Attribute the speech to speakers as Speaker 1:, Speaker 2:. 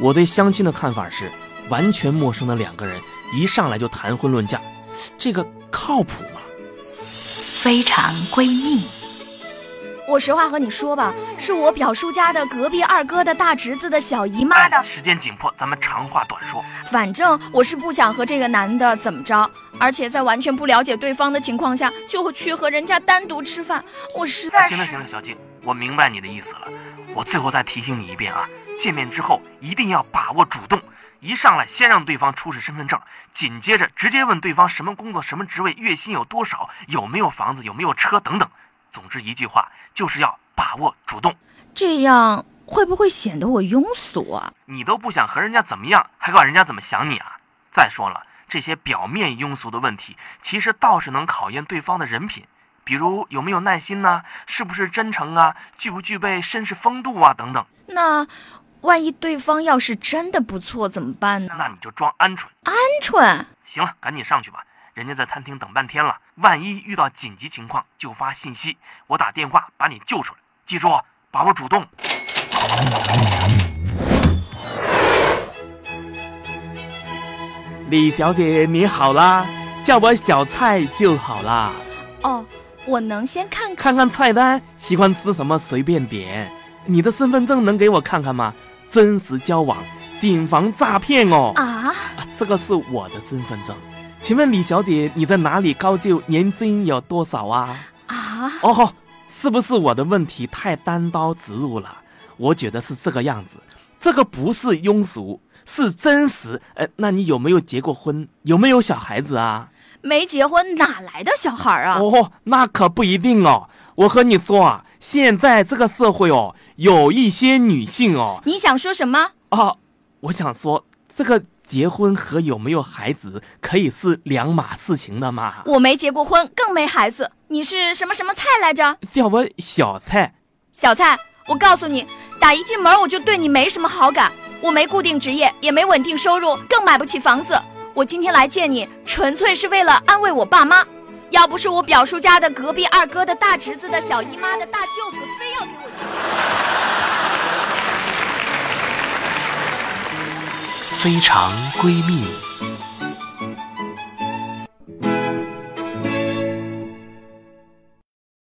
Speaker 1: 我对相亲的看法是，完全陌生的两个人一上来就谈婚论嫁，这个靠谱吗？
Speaker 2: 非常闺蜜，
Speaker 3: 我实话和你说吧，是我表叔家的隔壁二哥的大侄子的小姨妈的。
Speaker 1: 时间紧迫，咱们长话短说。
Speaker 3: 反正我是不想和这个男的怎么着，而且在完全不了解对方的情况下，就去和人家单独吃饭，我实在是……
Speaker 1: 行了行了，小静，我明白你的意思了。我最后再提醒你一遍啊，见面之后一定要把握主动，一上来先让对方出示身份证，紧接着直接问对方什么工作、什么职位、月薪有多少、有没有房子、有没有车等等。总之一句话，就是要把握主动。
Speaker 3: 这样会不会显得我庸俗啊？
Speaker 1: 你都不想和人家怎么样，还管人家怎么想你啊？再说了，这些表面庸俗的问题，其实倒是能考验对方的人品，比如有没有耐心呐、是不是真诚啊，具不具备绅士风度啊等等。
Speaker 3: 那万一对方要是真的不错怎么办呢？
Speaker 1: 那你就装鹌鹑。
Speaker 3: 鹌鹑，
Speaker 1: 行了，赶紧上去吧，人家在餐厅等半天了。万一遇到紧急情况，就发信息，我打电话把你救出来。记住哦，把握主动。李小姐你好啦，叫我小蔡就好啦。
Speaker 3: 哦，我能先看
Speaker 1: 看
Speaker 3: 看。
Speaker 1: 看菜单，喜欢吃什么随便点。你的身份证能给我看看吗？真实交往，谨防诈骗哦。
Speaker 3: 啊，
Speaker 1: 啊，这个是我的身份证。请问李小姐，你在哪里高就？年薪有多少啊？
Speaker 3: 啊，
Speaker 1: 哦吼，是不是我的问题太单刀直入了？我觉得是这个样子，这个不是庸俗，是真实。呃，那你有没有结过婚？有没有小孩子啊？
Speaker 3: 没结婚哪来的小孩啊？
Speaker 1: 哦，那可不一定哦。我和你说啊，现在这个社会哦，有一些女性哦，
Speaker 3: 你想说什么？
Speaker 1: 啊，我想说，这个结婚和有没有孩子可以是两码事情的嘛。
Speaker 3: 我没结过婚，更没孩子。你是什么什么菜来着？
Speaker 1: 叫我小蔡，
Speaker 3: 小蔡，我告诉你，打一进门我就对你没什么好感。我没固定职业，也没稳定收入，更买不起房子。我今天来见你，纯粹是为了安慰我爸妈。要不是我表叔家的隔壁二哥的大侄子的小姨妈的大舅子非要给我介绍，
Speaker 2: 非常闺蜜。